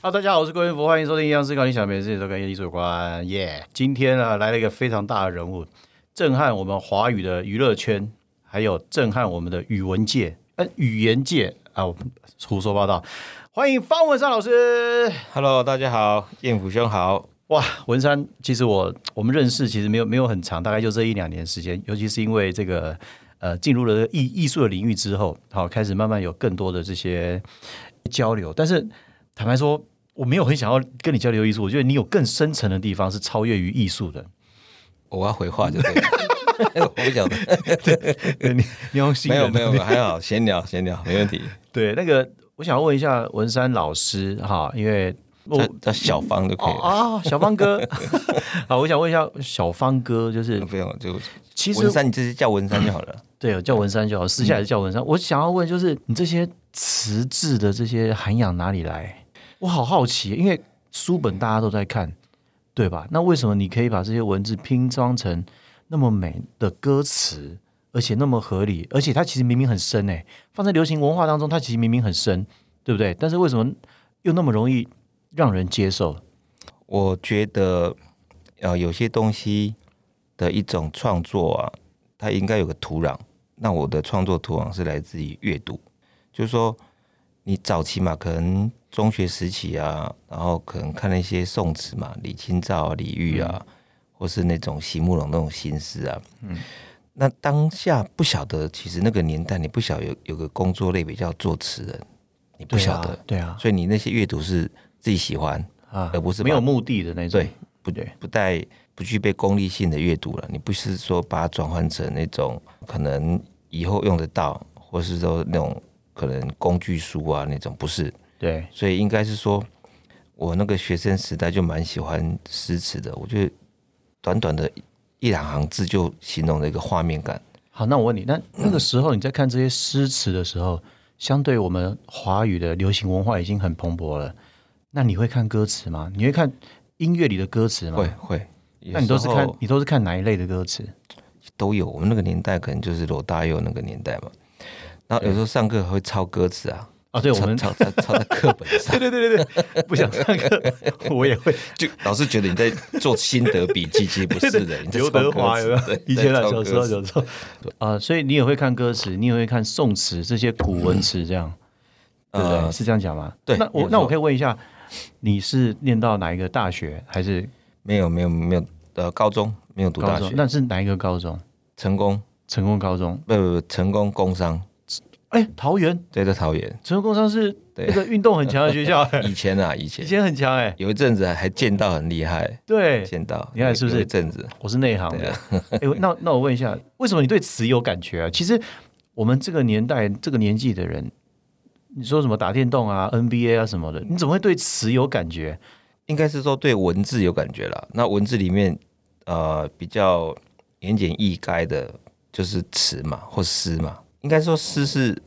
啊，大家好，我是郭元福，欢迎收听《一样思考》，你想每事都跟艺术有关，耶、今天啊，来了一个非常大的人物，震撼我们华语的娱乐圈，还有震撼我们的语文界、呃语言界啊，我胡说八道。欢迎方文山老师。 Hello，大家好，燕府兄好。哇，文山，其实我我们认识其实没有没有很长，大概就这一两年时间，尤其是因为这个呃进入了艺艺术的领域之后，好开始慢慢有更多的这些交流。但是坦白说，我没有很想要跟你交流艺术，我觉得你有更深层的地方是超越于艺术的。我要回话就 对了。我不晓得，你你用心没有人没有，还好，闲聊闲聊没问题。对那个，我想问一下文山老师哈，因为我叫叫小芳就可以了，啊、小方哥， 嗯好，我想问一下小方哥，就是不用就其实文山，你直接叫文山就好了。对，我叫文山就好，私下也嗯是叫文山。我想要问，就是你这些词字的这些涵养哪里来？我好好奇，因为书本大家都在看，对吧？那为什么你可以把这些文字拼装成那么美的歌词，而且那么合理，而且它其实明明很深诶、放在流行文化当中，它其实明明很深，对不对？但是为什么又那么容易让人接受？我觉得呃，有些东西的一种创作啊，它应该有个土壤。那我的创作土壤是来自于阅读，就是说你早期嘛，可能中学时期啊，然后可能看那些宋词嘛，李清照啊、李煜啊，或是那种席慕容那种新诗啊，嗯，那当下不晓得，其实那个年代你不晓得有有个工作类别叫作词人，你不对晓啊得，，对啊，所以你那些阅读是自己喜欢，啊，而不是把没有目的的那种，对，不对？不带不具备功利性的阅读了，你不是说把它转换成那种可能以后用得到，或是说那种可能工具书啊那种，不是。对，所以应该是说，我那个学生时代就蛮喜欢诗词的，我觉得短短的一两行字就形容了一个画面感。好，那我问你， 那那个时候你在看这些诗词的时候，相对我们华语的流行文化已经很蓬勃了，那你会看歌词吗？你会看音乐里的歌词吗？会。会，那你都是看有时候你都是看哪一类的歌 词？都有，我们那个年代可能就是罗大佑那个年代嘛。然后有时候上课还会抄歌词啊，啊，对，我抄们抄抄抄在课本上对。对对对对， 不想上课，我也会。就老师觉得你在做心得笔记，其实不是 的，你在刘抄德歌华词有没有对？ 以前在啊，抄小歌时候词有时候啊，所以你也会看歌词，你也会看宋词这些古文词，这样对不对？呃是这样讲吗？对那没我有那我错可以问一下，你是念到哪一个大学，还是没有没有没有呃高中没有读高大中？学，那是哪一个高中？成功成功高中，不不不成功工商哎，桃园对在桃园，成功工商是对那个运动很强的学 校，哎以前啊以前以前很强哎，有一阵子还还见到很厉害，对，见到你看是不是有一阵子我是内行对的啊。哎，那那我问一下，为什么你对词有感觉啊？其实我们这个年代、这个年纪的人，你说什么打电动啊、NBA 啊什么的，你怎么会对词有感觉？应该是说对文字有感觉啦。那文字里面呃比较言简意赅的，就是词嘛或诗嘛。应该说诗是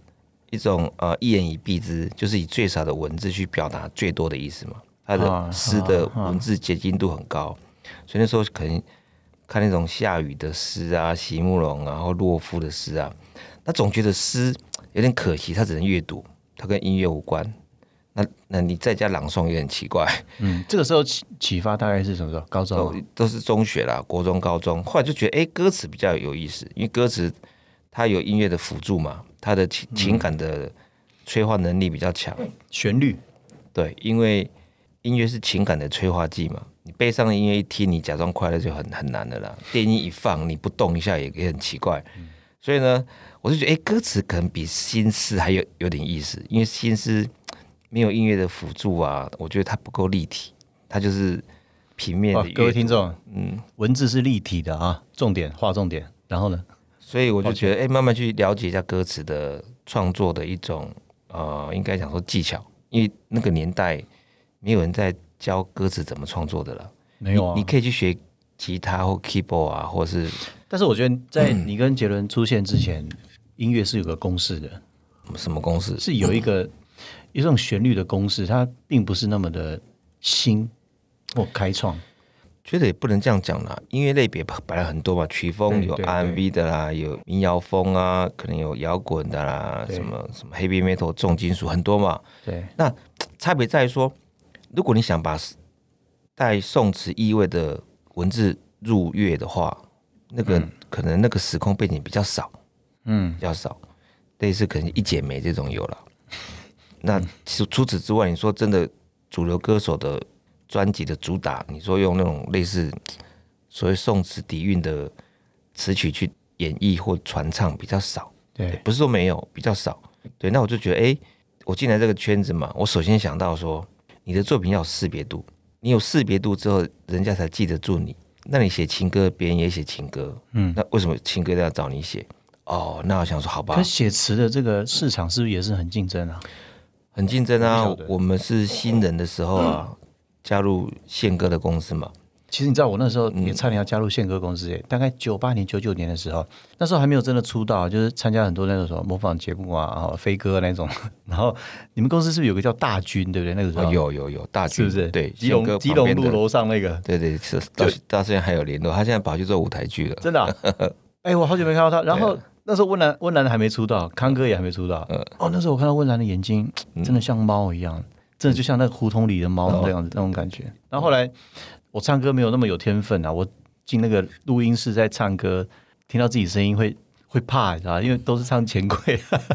一种呃一言以蔽之，就是以最少的文字去表达最多的意思嘛。它啊的诗的啊啊文字结晶度很高，所以那时候可能看那种夏雨的诗啊、席慕容啊或洛夫的诗啊，那总觉得诗有点可惜，它只能阅读，它跟音乐无关。那那你在家朗诵也很奇怪，嗯，这个时候启启发大概是什么时候？高中都啊都是中学啦，国中、高中，后来就觉得哎、诶歌词比较有意思，因为歌词它有音乐的辅助嘛，它的情嗯情感的催化能力比较强。旋律对，因为音乐是情感的催化剂嘛，你悲伤的音乐一听，你假装快乐就很很难的啦。电音一放，你不动一下也也很奇怪。嗯所以呢，我就觉得哎、诶歌词可能比心思还有有点意思，因为心思没有音乐的辅助啊，我觉得它不够立体，它就是平面啊的，各位乐听众，嗯，文字是立体的啊，重点画重点。然后呢？所以我就觉得，哎、慢慢去了解一下歌词的创作的一种呃，应该讲说技巧，因为那个年代没有人在教歌词怎么创作的了。没有啊你，可以去学吉他或 keyboard 啊，或是但是我觉得在嗯你跟杰伦出现之前，音乐是有个公式的，什么公式。是有一个有一种旋律的公式，它并不是那么的新或开创。觉得也不能这样讲啦，音乐类别摆了很多嘛，曲风对有对 R&B 的啦，有民谣风啊，可能有摇滚的啦，对什么什么 heavy metal 重金属很多嘛。对，那差别在于说，如果你想把带宋词意味的文字入乐的话，那个、可能那个时空背景比较少，嗯比较少，类似可能一剪梅这种有了。那除除此之外，你说真的主流歌手的专辑的主打，你说用那种类似所谓宋词底蕴的词曲去演绎或传唱比较少。对，不是说没有，比较少。对，那我就觉得，哎、我进来这个圈子嘛，我首先想到说，你的作品要有识别度，你有识别度之后，人家才记得住你。那你写情歌，别人也写情歌，嗯那为什么情歌要找你写？哦，那我想说，好吧可，写词的这个市场是不是也是很竞争啊？很竞争啊我不晓。得我们是新人的时候啊，加入宪歌的公司嘛，其实你知道，我那时候嗯也差点要加入宪歌公司耶，大概九八年、九九年的时候，那时候还没有真的出道，啊就是参加很多那种什么模仿节目啊，然后飞哥那种。 然后你们公司是不是有个叫大军，对不对？那个时候、哦、有有有大嗯是军，不是？对，基宪歌隆基旁隆边路的，楼上那个，对对是到到现在还有联络，他现在跑去做舞台剧了。 真的 啊、哎、我好久没看到他。然啊后那时候温岚温岚还没出道，康哥也还没出嗯道。哦，那时候我看到温岚的眼睛真的像猫一样，真的就像那个胡同里的猫嗯那样子、那种感觉。然后后来我唱歌没有那么有天分啊，我进那个录音室在唱歌，听到自己声音会会怕，你知道吧因为都是唱钱柜，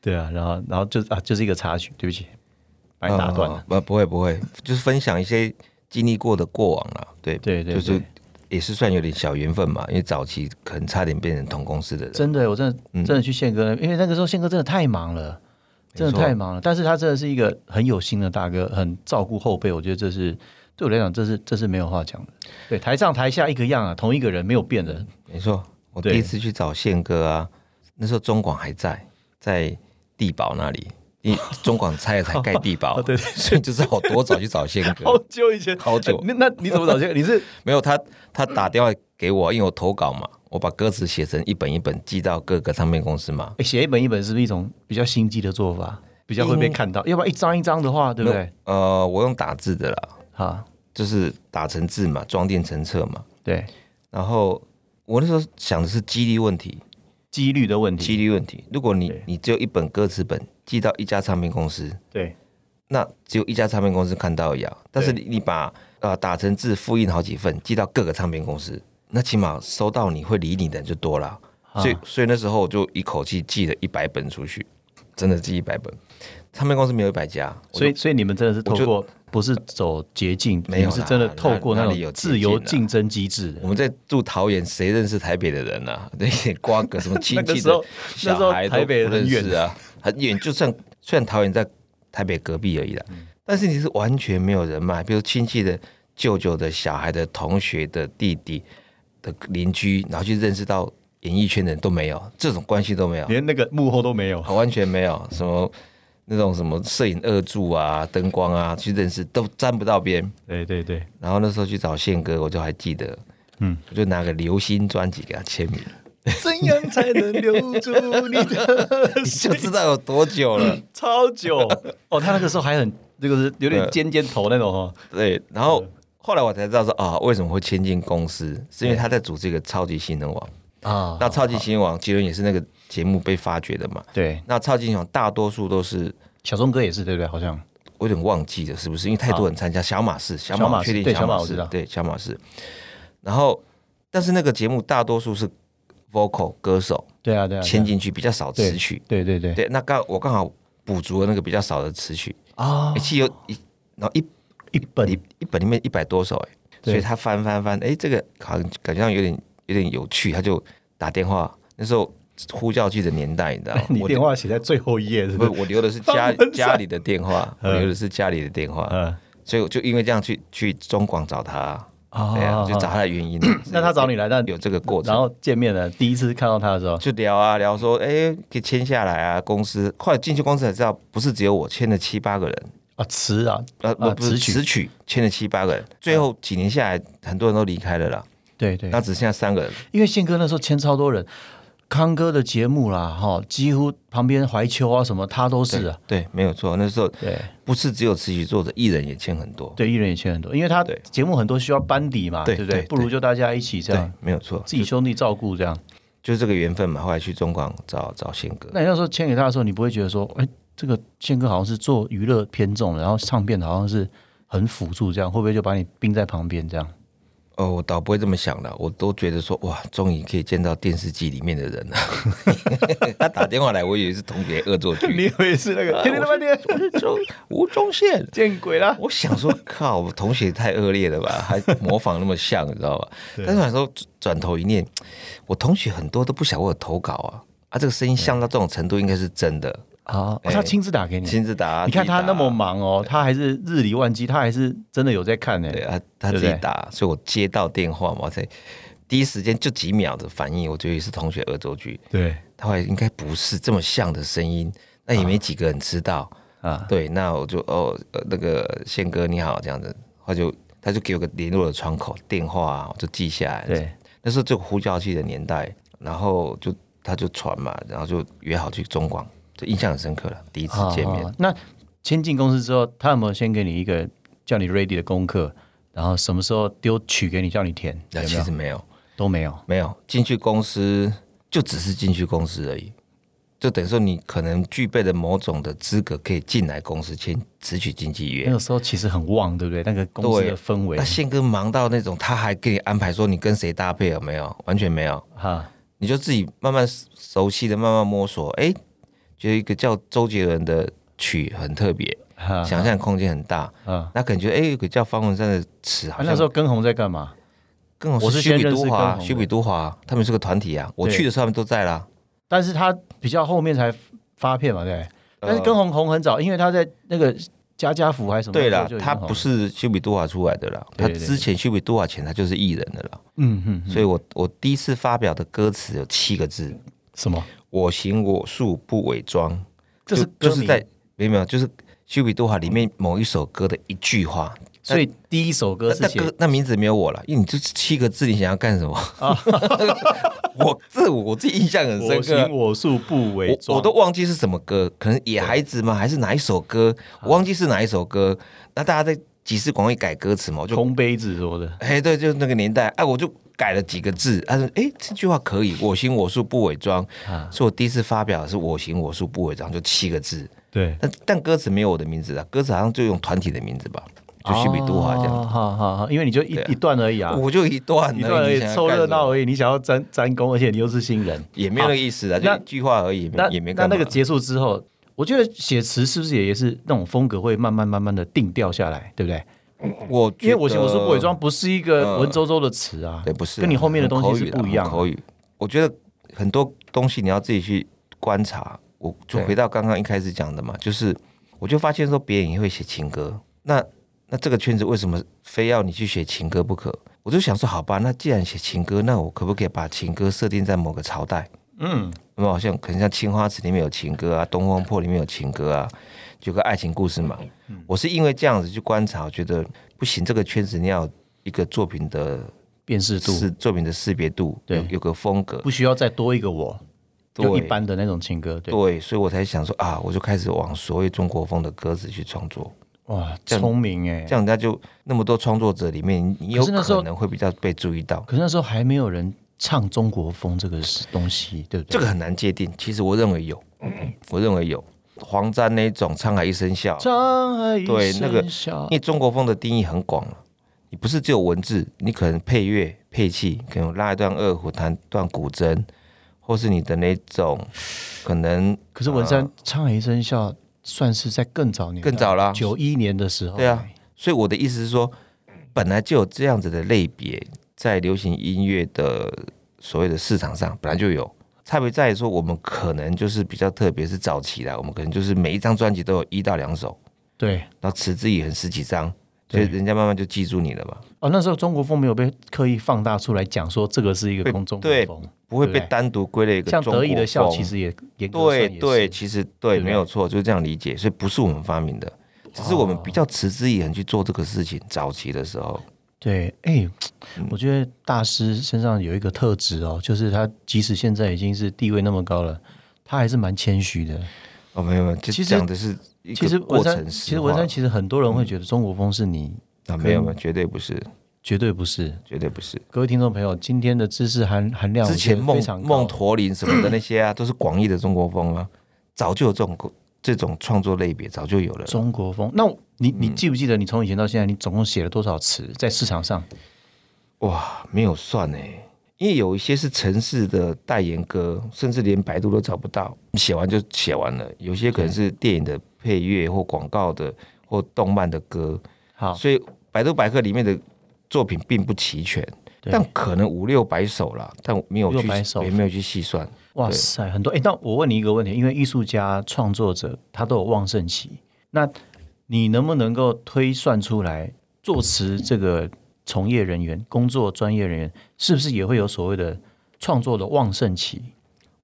对啊，然后然后就啊就是一个插曲，对不起，把你打断了。哦。不，不会不会，就是分享一些经历过的过往啦。对对对就是对也是算有点小缘分嘛，因为早期可能差点变成同公司的人。真的，我真的真的去宪哥，因为那个时候宪哥真的太忙了，没真的错太忙了。但是他真的是一个很有心的大哥，很照顾后辈，我觉得这是对我来讲，这是这是没有话讲的。对，台上台下一个样啊，同一个人没有变的。没错，我对第一次去找宪哥啊，那时候中广还在，在地堡那里，因 为中广拆了才盖地堡，哦对所以就是好多早去找宪 好哥。久以前，好久哎那那你怎么找宪哥？你是 没有他，他打电话给我，因为我投稿嘛，我把歌词写成一本一本寄到各个唱片公司嘛。哎写一本一本，是不是一种比较心机的做法？比较会被看到，要不然一张一张的话，对不对？呃，我用打字的啦，啊，就是打成字嘛，装订成册嘛。对，然后我那时候想的是几率问题，几率的问题，几率问题。如果嗯你对你只有一本歌词本寄到一家唱片公司，对那只有一家唱片公司看到一样。但是你你把呃打成字复印好几份寄到各个唱片公司，那起码收到你会理你的人就多了。啊所以所以那时候我就一口气寄了一百本出去，真的寄一百本。唱片公司没有一百家，我所以，所以你们真的是透我就过不是走捷径，没有你啦们是真的透过那哪里有种捷径啊自由竞争机制的。我们在住桃园，谁认识台北的人啊？ 那些瓜葛什么亲那个戚时候的那小时候孩台都不北很认远识啊，很远。就算虽然桃园在台北隔壁而已啦，嗯但是你是完全没有人脉，比如亲戚的舅舅的小孩的同学的弟弟的邻居，然后去认识到演艺圈的人都没有，这种关系都没有，连那个幕后都没有。完全没有什么那种什么摄影二助啊、灯光啊去认识，都沾不到边。对对对，然后那时候去找宪哥，我就还记得，嗯，我就拿个流星专辑给他签 名， 怎样才能留住 你的你就知道有多 久了。超久？哦，他那个时候还很，这个是有点对尖尖头那种哦。对，然后后来我才知道说啊，为什么会签进公司，是因为他在组织一个超级新人王。啊那超级新人王，杰伦也是那个节目被发掘的嘛。对，那超级新人王大多数都是小钟哥也是对不对？好像我有点忘记了，是不是？因为太多人参加小马士，小啊小马马士确定对小小马马我知士道，对小马士。然后，但是那个节目大多数是 vocal 歌手对啊对啊，对啊签进去，比较少对词曲。对对对对，那刚我刚好补足了那个比较少的词曲，啊欸，其实有一，然后一一本一一本里面一百多首哎、对？所以他翻翻翻，哎、这个好像感觉上有点有点有趣，他就打电话，那时候呼叫机的年代，你知道吗 你电话写在最后一页是不我不是？是我留的是家 放不下家里的电话，我嗯留的是家里的电话，嗯所以我就因为这样去去中广找他，啊对啊，就找他的原因。 那他找你来，但有这个过然程，后见面了，第一次看到他的时候，就聊啊聊说，哎、可以签下来啊，公司。后来进去公司才知道，不是只有我签了七八个人，啊，词啊，呃，啊不不是词曲词曲签了七八个人，最后几年下来，很多人都离开了啦，对对，那只剩下三个人。因为宪哥那时候签超多人，康哥的节目啦，哈，几乎旁边怀秋啊什么，他都是啊。对，没有错。那时候对不是只有词曲作者，艺人也签很多。对，艺人也签很多，因为他对节目很多需要班底嘛，对对不对？对不如就大家一起这对样，，没有错，自己兄弟照顾这样。就是这个缘分嘛。后来去中广找找宪哥，那你那时候签给他的时候，你不会觉得说，哎，这个宪哥好像是做娱乐偏重的，然后唱片好像是很辅助，这样会不会就把你并在旁边这样？哦，我倒不会这么想了，我都觉得说哇，终于可以见到电视机里面的人了。 他打电话来，我以为是同学恶作剧，以为是那个天天他妈 天我是中吴宗宪。见鬼 啦！我想说，靠，我同学太恶劣了吧，还模仿那么像，你知道吧？对但是那时候转头一念，我同学很多都不想我有投稿啊，啊，这个声音像到这种程度，应该是真的。啊，哎他亲自打给你，亲自打啊，你看自己打他啊那么忙哦，他还是日理万机，他还是真的有在看呢。对啊，他对自不己对打，所以我接到电话嘛，我才第一时间就几秒的反应，我觉得是同学恶作剧。对他后来应该不是这么像的声音，那也没几个人知道。啊，对，那我就哦，呃那个宪哥你好，这样子，他就他就给我个联络的窗口电话、啊，我就记下来。对，那时候只有呼叫器的年代，然后就他就传嘛，然后就约好去中广，就印象很深刻了，第一次见面。啊啊那先进公司之后，他有没有先给你一个叫你 ready 的功课，然后什么时候丢曲给你叫你填？有那没其有实？没有，都没有。没有进去公司就只是进去公司而已，就等于说你可能具备了某种的资格可以进来公司签只取经纪那约个。时候其实很旺，对不对？那个公司对的氛围那宪哥忙到那种，他还给你安排说你跟谁搭配有没有？完全没有，哈，你就自己慢慢熟悉的慢慢摸索。哎、觉得一个叫周杰伦的曲很特别，啊哈想象空间很大。啊，那感觉哎，诶有个叫方文山的词，好那像时候跟红在干嘛？更好我是是徐先比认识都更华，红的徐比都华他们是个团体啊。我对去的时候他们都在啦。但是他比较后面才发片嘛，对不对。但是呃跟红红很早，因为他在那个家家福还是什么，对了啦，，他不，是修比杜瓦出来的啦，对他对对之前修比杜瓦前他就是艺人的啦，嗯嗯，嗯所以我我第一次发表的歌词有七个字：什么？我行我素不伪装，这是就歌就是名在没有没有，就是修比杜瓦里面某一首歌的一句话。所以第一首歌那是那写呃歌那名字没有我了，因为你就是七个字，你想要干 什么？ 我这我自己印象很深我刻行，我素不伪我装，我都忘记是什么歌，可能《野孩子》吗？还是哪一首歌？我忘记是哪一首歌。那大家在集思广益改歌词嘛，我就空杯子说的，哎，对，就是那个年代，哎、我就改了几个字，他说，哎，这句话可以，我行我素不伪装，啊是我第一次发表的是我行我素不伪装，就七个字，对，但但歌词没有我的名字啊，歌词好像就用团体的名字吧，就西比杜华啊这样哦子，好好好，因为你就一对啊一段而已啊，我就一段一段而已你，想要凑热干什么闹而已，你想要沾沾光，而且你又是新人，也没有那个意思啊，就那一句话而已，也没那也没那干嘛那个结束之后，我觉得写词是不是也是那种风格会慢慢慢慢的定调下来，对不对？我因为我觉行得我素不伪装不是一个嗯文绉绉的词啊，对，不是啊、跟你后面的很东西是口语啦不一样很的口语，啊我觉得很多东西你要自己去观察。我就对回到刚刚一开始讲的嘛，就是我就发现说别人也会写情歌，那那这个圈子为什么非要你去写情歌不可？我就想说，好吧，那既然写情歌，那我可不可以把情歌设定在某个朝代？嗯，那么好像可能像《青花瓷》里面有情歌啊，《东风破》里面有情歌啊，有个爱情故事嘛。我是因为这样子去观察，我觉得不行，这个圈子你要有一个作品的辨识度是作品的识别度，对有有个风格，不需要再多一个我，就对一般的那种情歌，对，对，所以我才想说啊，我就开始往所谓中国风的歌词去创作，哇，这样聪明哎这，样人家就那么多创作者里面，你有可是那时候可能会比较被注意到，可是那时候还没有人唱中国风这个东西，对不对？这个很难界定。其实我认为有，嗯我认为有黄沾那种《沧海一声笑》，张爱对那个声笑因为中国风的定义很广了，你不是只有文字，你可能配乐、配器，可能拉一段二胡，弹段古筝，或是你的那种可能可是文山唱了一声笑，算是在更早年代，更早啦，九一年的时候，对啊，所以我的意思是说，本来就有这样子的类别在流行音乐的所谓的市场上本来就有，差别在于说我们可能就是比较特别，是早期啦，我们可能就是每一张专辑都有一到两首，对然后持之以恒十几张，所以对人家慢慢就记住你了嘛，哦，那时候中国风没有被刻意放大出来讲说这个是一个空中国对风，不会对被不对单独归类一个像中国得意的笑，风其实也严格对算也对，是其实对对不对没有错，就是这样理解，所以不是我们发明的。只是我哦们比较持之以恒去做这个事情，早期的时候，对，哎、嗯我觉得大师身上有一个特质哦，就是他即使现在已经是地位那么高了，他还是蛮谦虚的。哦，没有没有，就其实讲的是一其实个文过山，程嗯其实实话文山，其实很多人会觉得中国风是你，啊，可没有能没有，绝对不是，绝对不是。绝对不是。各位听众朋友，今天的知识含含量我之觉前得梦非常高 梦驼铃什么的那些啊，都是广义的中国风啊，早就有这种这种创作类别早就有了。中国风。那你嗯你记不记得你从以前到现在，你总共写了多少词在市场上？哇，没有算哎，因为有一些是城市的代言歌，甚至连百度都找不到，写完就写完了。有些可能是电影的配乐或广告的或动漫的歌，好，所以百度百科里面的作品并不齐全，对但可能五六百首啦，但我没有五去六百首也没有去细算。哇塞，很多。哎，那我问你一个问题，因为艺术家、创作者他都有旺盛期，那你能不能够推算出来，作词这个从业人员、工作专业人员，是不是也会有所谓的创作的旺盛期？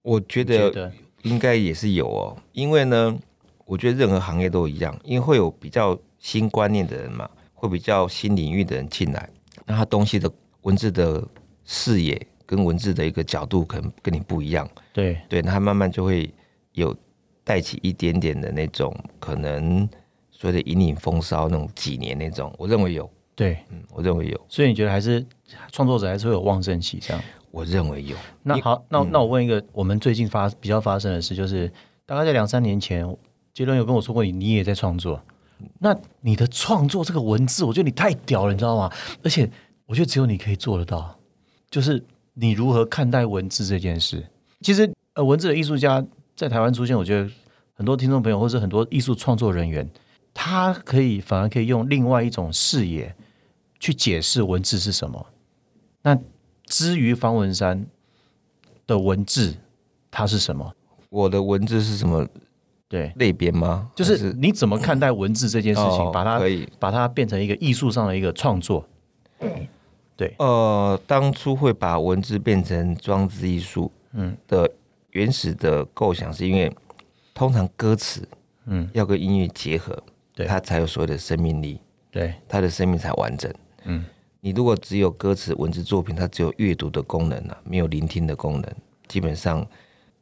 我觉你觉得得应该也是有哦，因为呢，我觉得任何行业都一样，因为会有比较新观念的人嘛，会比较新领域的人进来，那他东西的文字的视野跟文字的一个角度可能跟你不一样，对，对，那他慢慢就会有带起一点点的那种可能所谓的引领风骚那种几年那种，我认为有，对，嗯，我认为有，所以你觉得还是创作者还是会有旺盛期这样？我认为有，那好，那那我问一个，我们最近发比较发生的事，就是大概在两三年前，杰伦有跟我说过你，你也在创作。那你的创作这个文字，我觉得你太屌了，你知道吗？而且我觉得只有你可以做得到，就是你如何看待文字这件事。其实，呃，文字的艺术家在台湾出现，我觉得很多听众朋友或者很多艺术创作人员，他可以反而可以用另外一种视野去解释文字是什么。那至于方文山，的文字它是什么？我的文字是什么对，类别吗？就还是你怎么看待文字这件事情，哦把它可以把它变成一个艺术上的一个创作。呃，当初会把文字变成装置艺术，嗯，的原始的构想是因为通常歌词，嗯嗯，要跟音乐结合，对它才有所谓的生命力，对它的生命才完整。嗯嗯，你如果只有歌词文字作品，它只有阅读的功能啊，没有聆听的功能，基本上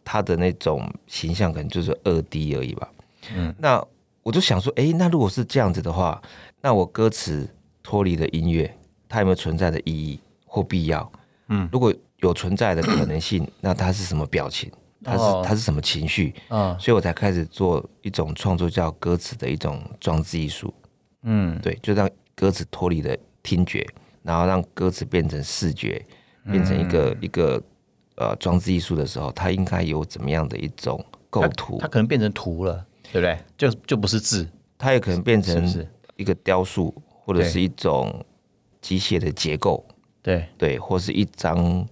它的那种形象可能就是二 D 而已吧。嗯，那我就想说，诶，那如果是这样子的话，那我歌词脱离了音乐，它有没有存在的意义或必要？嗯，如果有存在的可能性， 那它是什么表情？它是哦它是什么情绪？啊，所以我才开始做一种创作叫歌词的一种装置艺术。嗯，对，就让歌词脱离了听觉，然后让歌词变成视觉，变成一个、嗯一个呃装置艺术的时候，它应该有怎么样的一种构它图它？可能变成图了，对不对？就就不是字，它也可能变是不成是？一个雕塑，或者对是一种机械的结构，对，对，或是一张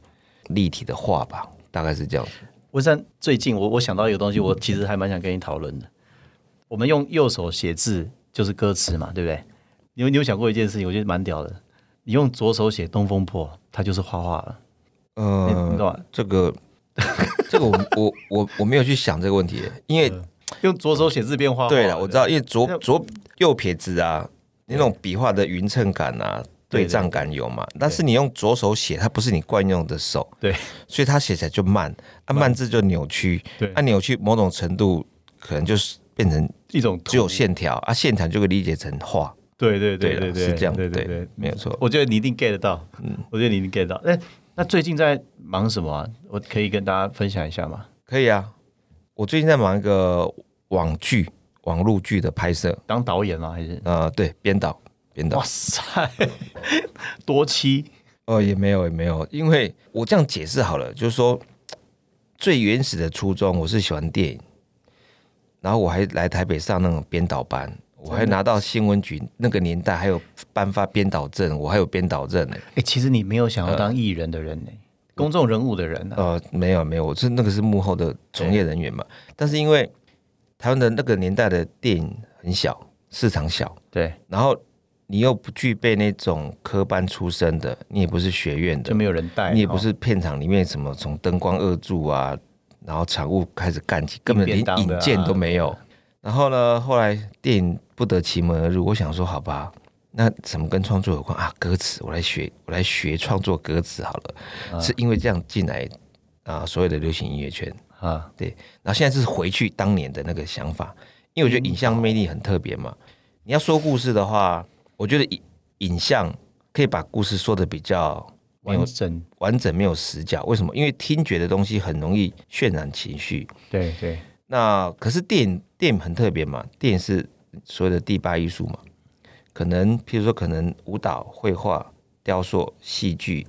立体的画吧，大概是这样子。文山，最近我我想到一个东西，嗯我其实还蛮想跟你讨论的。我们用右手写字就是歌词嘛，对不对？你有你有想过一件事情，我觉得蛮屌的。你用左手写《东风破》，它就是画画了，你你嗯、知道吗？这个 这个我我我我没有去想这个问题，因为用左手写字变画画。对了，我知道，因为左那左右撇子啊，那种笔画的匀称感啊，对对对仗感有嘛。但是你用左手写，它不是你惯用的手，对， 所以它写起来就慢，啊，慢字就扭曲，对啊，扭曲某种程度可能就是变成一种图只有线条，啊，线条就可以理解成画，对对对对了对，对，是这样，对对对对，，没有错。我觉得你一定 get 得到，嗯，我觉得你一定 get 得到。那那最近在忙什么啊？我可以跟大家分享一下吗？可以啊，我最近在忙一个网剧、网路剧的拍摄，当导演吗？还是？呃，对，编导，编导哇，塞，多期哦，也没有，也没有，因为我这样解释好了，就是说最原始的初衷，我是喜欢电影，然后我还来台北上那种编导班，我还拿到新闻局那个年代还有颁发编导证，我还有编导证呢。哎、其实你没有想要当艺人的人呢、公众人物的人呢、啊？呃，没有没有，我是那个是幕后的从业人员嘛。但是因为台湾的那个年代的电影很小，市场小，对，然后你又不具备那种科班出身的，你也不是学院的就，没有人带，你也不哦是片场里面什么从灯光二助啊，然后场务开始干起，根本连便当的啊引荐都没有。然后呢，后来电影不得其门而入，我想说好吧，那怎么跟创作有关啊？歌词，我来学，我来学创作歌词好了。是因为这样进来啊、所有的流行音乐圈。啊，然后现在是回去当年的那个想法，因为我觉得影像魅力很特别嘛。你要说故事的话，我觉得影影像可以把故事说的比较没有完整，完整没有死角。为什么？因为听觉的东西很容易渲染情绪。对对那可是电影电影很特别嘛，电影是所谓的第八艺术嘛，可能譬如说可能舞蹈、绘画、雕塑、戏剧，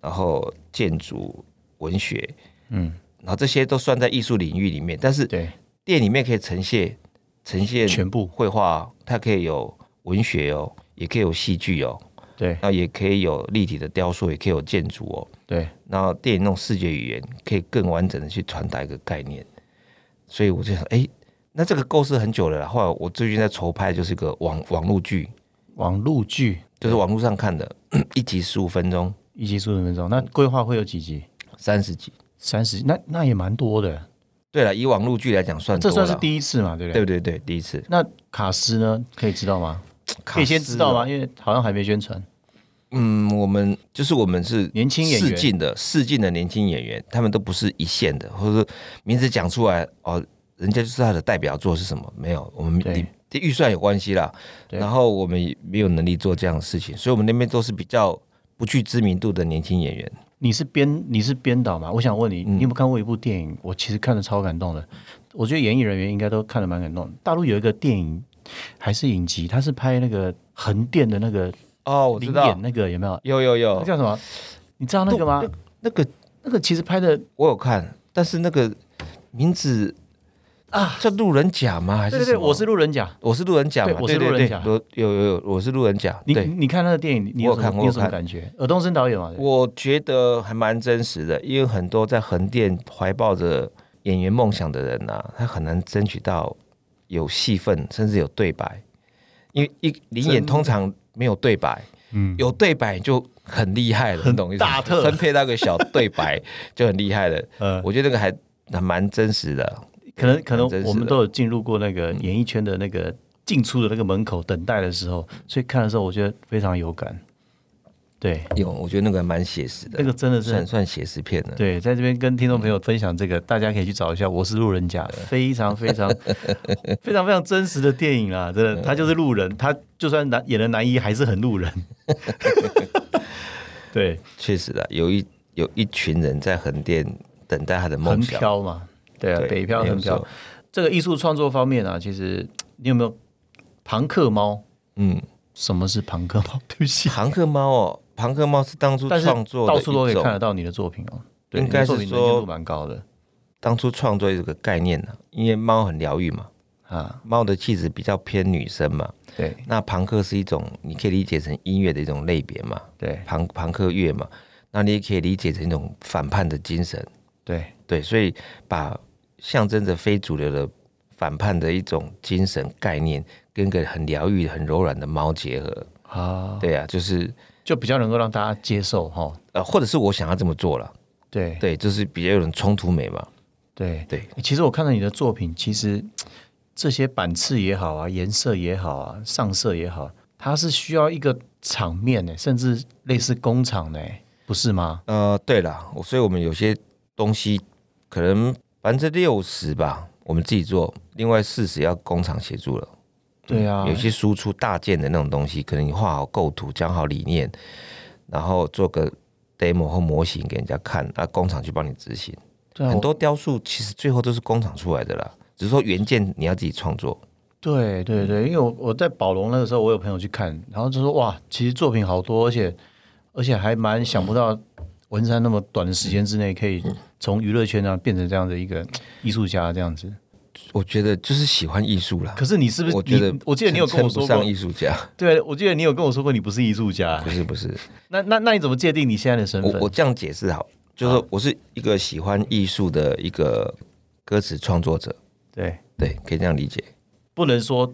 然后建筑、文学，嗯，然后这些都算在艺术领域里面，但是对，店里面可以呈现呈现全部绘画，它可以有文学哦，也可以有戏剧哦，对，那也可以有立体的雕塑，也可以有建筑哦。对，然后电影那种视觉语言可以更完整的去传达一个概念，所以我就想，哎、那这个构思很久了啦。后来我最近在筹拍，就是一个网网络剧，网路剧就是网络上看的， 一集十五分钟，一集四十分钟，那规划会有几集？三十集。三十，那那也蛮多的，对了，以网络剧来讲算多这算了，是第一次嘛，对不对？对对对，第一次那卡斯呢？可以知道吗？可以先知道吗？吗？因为好像还没宣传。嗯，我们就是我们是年轻演员试镜的试镜的年轻演员，他们都不是一线的，或者说名字讲出来哦，人家就知道他的代表作是什么。没有，我们对你这预算有关系啦，对然后我们也没有能力做这样的事情，所以我们那边都是比较不具知名度的年轻演员。你是编你是编导嘛？我想问你，你有没有看过一部电影？我其实看的超感动的，我觉得演艺人员应该都看得蛮感动的。大陆有一个电影还是影集，他是拍那个横店的那个哦，我知林道演，那个有没有？有有那有，叫什么？你知道那个吗？那个那个其实拍的我有看，但是那个名字啊，叫路人甲吗？还对对是什对，么我是路人甲。我是路人甲嘛，对我是对路人甲对对有有有，我是路人甲，你对。你看那个电影，你有我有什么看你有我有什么看感觉？尔冬升导演嘛，对我觉得还蛮真实的，因为很多在横店怀抱着演员梦想的人啊，他很难争取到有戏份，甚至有对白。因为一灵真演的通常没有对白，嗯，有对白就很厉害了，你懂意思吗？大特分配到个小对白就很厉害 了。呃，我觉得那个还还蛮真实的，可能可能蛮嗯真实的嗯我们都有进入过那个演艺圈的那个进出的那个门口等待的时候，所以看的时候我觉得非常有感。对，有我觉得那个还蛮写实的，那个真的算是算写实片了。对，在这边跟听众朋友分享这个，大家可以去找一下《我是路人甲》，非常非 常非常非常真实的电影啦，真的，嗯他就是路人，他就算男演了男一，还是很路人。 对，确实的，有一有一群人在横店等待他的横梦想，漂嘛，对啊，对北漂横没有漂错。这个艺术创作方面啊，其实你有没有庞克猫？嗯。什么是庞 克猫？对不起，庞克猫哦，庞克猫是当初但是创作的到处都可以一种看得到你的作品哦。对，应该是你的作品能见度说蛮高的当初创作这个概念呢、因为猫很疗愈嘛，啊，猫的气质比较偏女生嘛，对那庞克是一种你可以理解成音乐的一种类别嘛，对庞庞克乐嘛，那你也可以理解成一种反叛的精神，对，对，所以把象征着非主流的反叛的一种精神概念，跟个很疗愈、很柔软的猫结合，啊，对啊，就是就比较能够让大家接受哈、哦。呃，或者是我想要这么做了，对对，就是比较有点冲突美嘛，对对，其实我看到你的作品，其实这些版次也好啊，颜色也好啊，上色也好，它是需要一个场面呢，甚至类似工厂呢，不是吗？呃，对了，我所以我们有些东西可能百分之六十吧，我们自己做，另外四十要工厂协助了。对啊，有些输出大件的那种东西，可能你画好构图，讲好理念，然后做个 demo 或模型给人家看，啊，工厂去帮你执行。对啊很我多雕塑其实最后都是工厂出来的啦，只是说原件你要自己创作。对对嗯对，因为我我在宝龙那个时候，我有朋友去看，然后就说哇，其实作品好多，而且而且还蛮想不到文山那么短的时间之内，可以嗯从娱乐圈啊变成这样的一个艺术家这样子。我觉得就是喜欢艺术啦。可是你是不是？我觉得你，我记得你有跟我称说不上过，艺术家，对，我记得你有跟我说过你不是艺术家不。是不是。那那那你怎么界定你现在的身我份？我这样解释好，就是我是一个喜欢艺术的一个歌词创作者，对，对，可以这样理解。不能说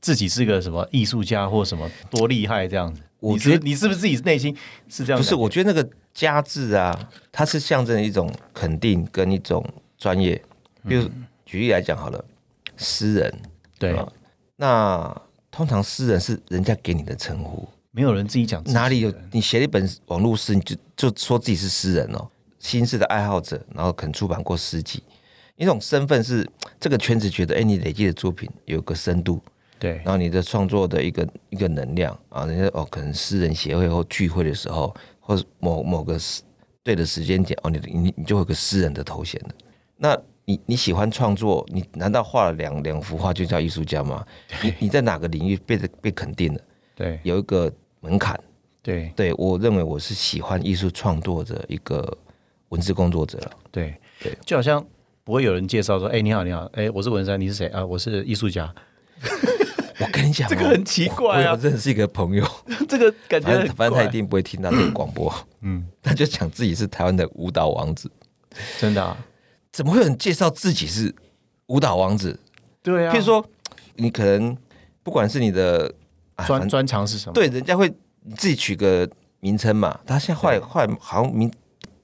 自己是个什么艺术家或什么多厉害这样子。我你是你是不是自己内心是这样不的？是，我觉得那个加字啊，它是象征一种肯定跟一种专业。比如嗯举例来讲好了，诗人，对，啊那通常诗人是人家给你的称呼，没有人自己讲自己哪里有的你写了一本网络诗，你就就说自己是诗人哦，新式的爱好者，然后肯出版过诗集，一种身份是这个圈子觉得，哎，你累积的作品有个深度，对然后你的创作的一个一个能量啊，人家哦，可能诗人协会或聚会的时候，或者某某个时对的时间点，哦，你你你就会有个诗人的头衔了。那你你喜欢创作，你难道画了两两幅画就叫艺术家吗？你你在哪个领域被被肯定了？对有一个门槛。对对我认为我是喜欢艺术创作的一个文字工作者了。对对，就好像不会有人介绍说，哎，你好，你好，哎，我是文山，你是谁啊？我是艺术家，我跟你讲哦、这个很奇怪我啊我，认识一个朋友， 这个感觉 很 反正反正他怪一定不会听到这个广播，嗯， 他就讲自己是台湾的舞蹈王子。真的啊，怎么会有人介绍自己是舞蹈王子？对啊，譬如说，你可能不管是你的啊专反专长是什么？对，人家会你自己取个名称嘛。他现在后来后来好像名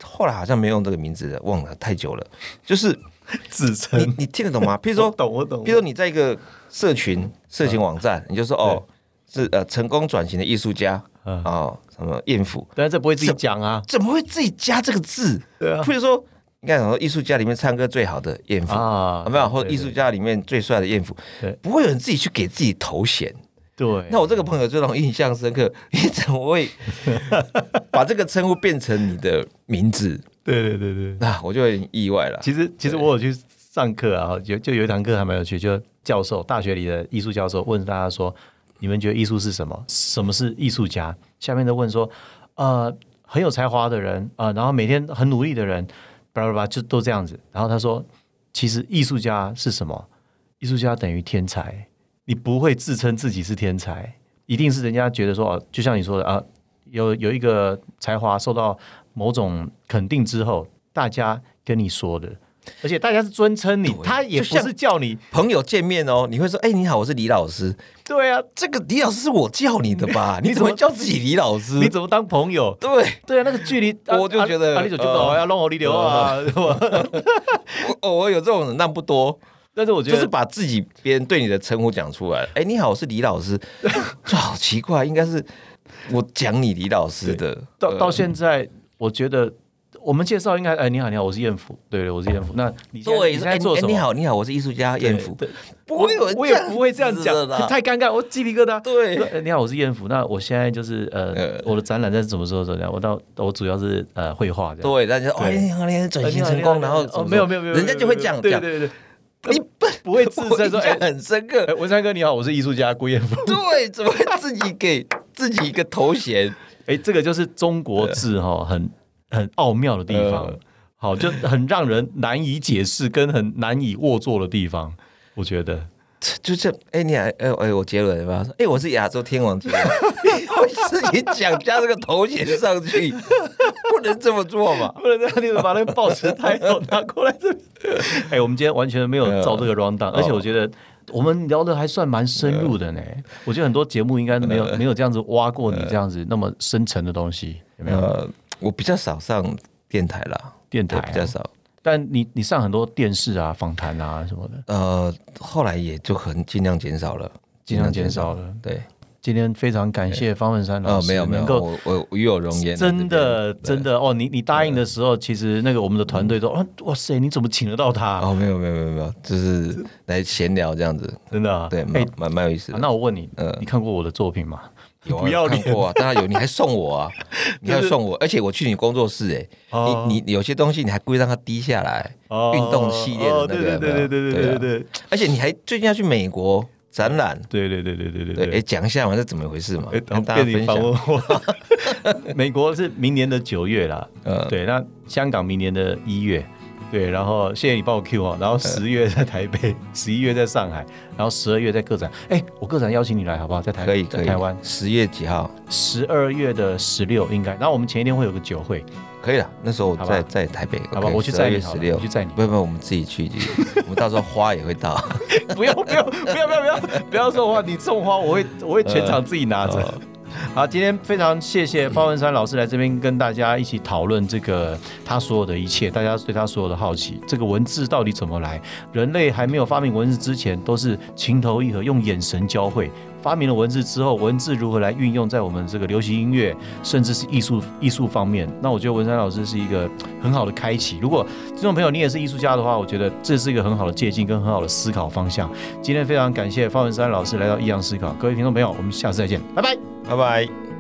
后来好像没用这个名字了，忘了太久了。就是自你称。你听得 懂吗？譬如嗯我说，懂，嗯我懂。譬如说你在一个社群社群网站，你就说哦是呃成功转型的艺术家嗯哦什么艳福，但是这不会自己讲啊，怎么会自己加这个字？对啊，譬如说，你看，哦说艺术家里面唱歌最好的艳福啊有没有？或对艺术家里面最帅的艳福对，不会有人自己去给自己头衔。对，那我这个朋友最让我印象深刻， 你怎么会把这个称呼变成你的名字？对对对对。那我就有点意外了。其实其实我有去上课啊，有就有一堂课还蛮有趣，就教授大学里的艺术教授问大家说，你们觉得艺术是什么？什么是艺术家？下面都问说，呃，很有才华的人啊、呃然后每天很努力的人，巴拉巴拉就都这样子。然后他说，其实艺术家是什么？艺术家等于天才，你不会自称自己是天才，一定是人家觉得说，哦，就像你说的啊，有有一个才华受到某种肯定之后，大家跟你说的，而且大家是尊称你，对他也就不像是叫你，朋友见面哦，你会说：“哎、你好，我是李老师。对啊，”这个李老师是我叫你的吧？ 你你怎么怎么叫自己李老师？你怎么当朋友？对，嗯对啊，那个距离，啊我就觉得啊啊你就觉得哦，呃要弄我你流啊，是吧我哦我有这种人，但不多。 但是我觉就得是把自己别人对你的称呼讲出来。哎、你好，我是李 老师，这好奇怪，应该是我讲你李老师的。到呃到现在，我觉觉得我们介绍应该，哎，你好，你好，我是燕福，对对，我是燕福。那你现在对，你现在说哎、做哎什么？你好，你好，我是艺术家对，燕福，对不会有人我也不会这样子讲的，啦。太尴尬，我鸡皮疙瘩。对说哎你好，我是燕福。那我现在就是呃呃，我的展览在什么时候怎么样？我到我主要是呃绘画这样。 对，大家说哎，你好，你好呃转型成功，然后哦，没有没有没有，人家就会这样对讲，对对对，你不不会自称说 我印哎象很深刻 哎，，文山哥你好，我是艺术家郭燕福。对，怎么会自己给自己一个头衔？ 哎，这个就是中国字哈，很很奥妙的地方呃，好，就很让人难以解释跟很难以握做的地方，我觉得。就是哎、你好，哎、哎、我杰伦吧，说哎、我是亚洲天王杰 伦，你会自己讲加这个头衔上去，不能这么做嘛？ 不能在那个把那个报纸抬头拿过来这边。 哎，我们今天完全没有照这嗯个 round 哦 down，而且我觉得我们聊的还算蛮深入的呢。嗯我觉得很多节目应该没有没有这样子挖过你这样嗯子那么深层的东西，有没有？呃，我比较少上电台啦，电台对，啊比较少。但你你上很多电视啊、访谈啊什么的，呃，后来也就很尽量减少了，尽量减少了。对，今天非常感谢方文山老呃，师，没有没有，能够我我我与有容颜在这真边，的对嗯真的哦，你你答应的时候，其实那个我们的团队都啊，哇塞，你怎么请得到他？哦，没有没有没有没有，就是来闲聊这样子，真的啊对，哎蛮蛮蛮有意思啊的。那我问你嗯，你看过我的作品吗？有啊不要脸看过啊，当然有，你还送我 啊，你还送我，而且我去你工作室哎、哦你你有些东西你还故意让它低下来，哦运动系列的哦那个对对对对有没对对有对而且你还最近要去美国展览，对对对对对对对，哎，讲一下嘛，这怎么回事嘛哎，，跟等大家变分你访享问。 我，美国是明年的九月啦，呃，对，那香港明年的一月，对，然后谢谢你帮我 Q 哦，然后十月在台北，嗯 十一月在上海，然后十二月在个展，哎，我个展邀请你来好不好？在台可以在可以。台湾，十月几号？十二月的十六应该，然后我们前一天会有个酒 会，可以了，那时候我好在吧在台北，好吧？我去载三你月好十了，六我去，载你。不不，我们自己去，自己去我们到时候花也 会到。不要不要不要不要不要不要送花，你送花我会我会全场自己拿嗯着。好，今天非常谢谢方文山老师来这边跟大家一起讨论这个他所有的一切，大家对他所有的好奇，这个文字到底怎么来？人类还没有发明文字之前，都是情投意合，用眼神交汇。发明了文字之后，文字如何来运用在我们这个流行音乐，甚至是艺术艺术方面？那我觉得文山老师是一个很好的开启。如果听众朋友你也是艺术家的话，我觉得这是一个很好的借鉴跟很好的思考方向。今天非常感谢方文山老师来到《易阳思考》，各位听众朋友，我们下次再见，拜拜。拜拜。